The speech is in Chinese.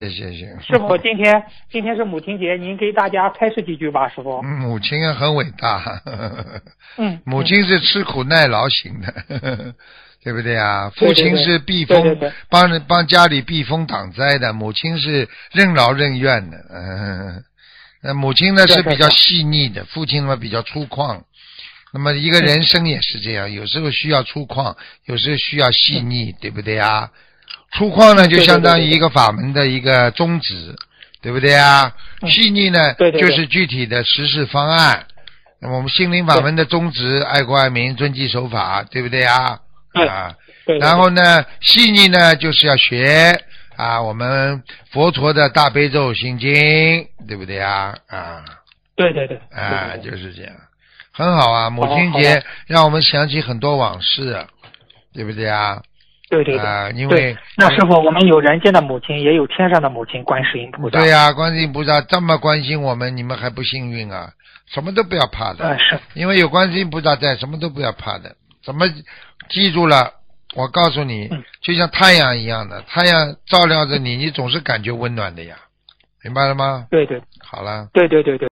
谢谢谢谢。师傅，今天今天是母亲节，您给大家开示几句吧，师傅。母亲啊很伟大，呵呵呵嗯，母亲是吃苦耐劳型的，呵呵 呵对不对啊？对父对亲对是避风，对对对帮人帮家里避风挡灾的，母亲是任劳任怨的， 嗯、那母亲呢对是对比较对细腻的，父亲嘛比较粗犷。那么一个人生也是这样，有时候需要粗犷，有时候需要细腻，对不对啊？粗犷呢，就对对相当于对对一个法门的一个宗旨，对不对啊？嗯细腻呢，对对对就是具体的实施方案。那么我们心灵法门的宗旨，爱国爱民，遵纪守法，对不对啊？对啊，嗯对。对然后呢，细腻呢就是要学啊，我们佛陀的大悲咒心经，对不对啊？啊对对对。啊，对对对就是这样，很好啊。母亲好节的让我们想起很多往事，啊对不对啊？对对对。啊，因为对，那师傅，我们有人间的母亲，也有天上的母亲，观世音菩萨。对呀、观世音菩萨这么关心我们，你们还不幸运啊？什么都不要怕的。嗯，是，因为有观世音菩萨在，什么都不要怕的。怎么记住了？我告诉你嗯，就像太阳一样的，太阳照亮着你，你总是感觉温暖的呀，明白了吗？对对好了。对对对对。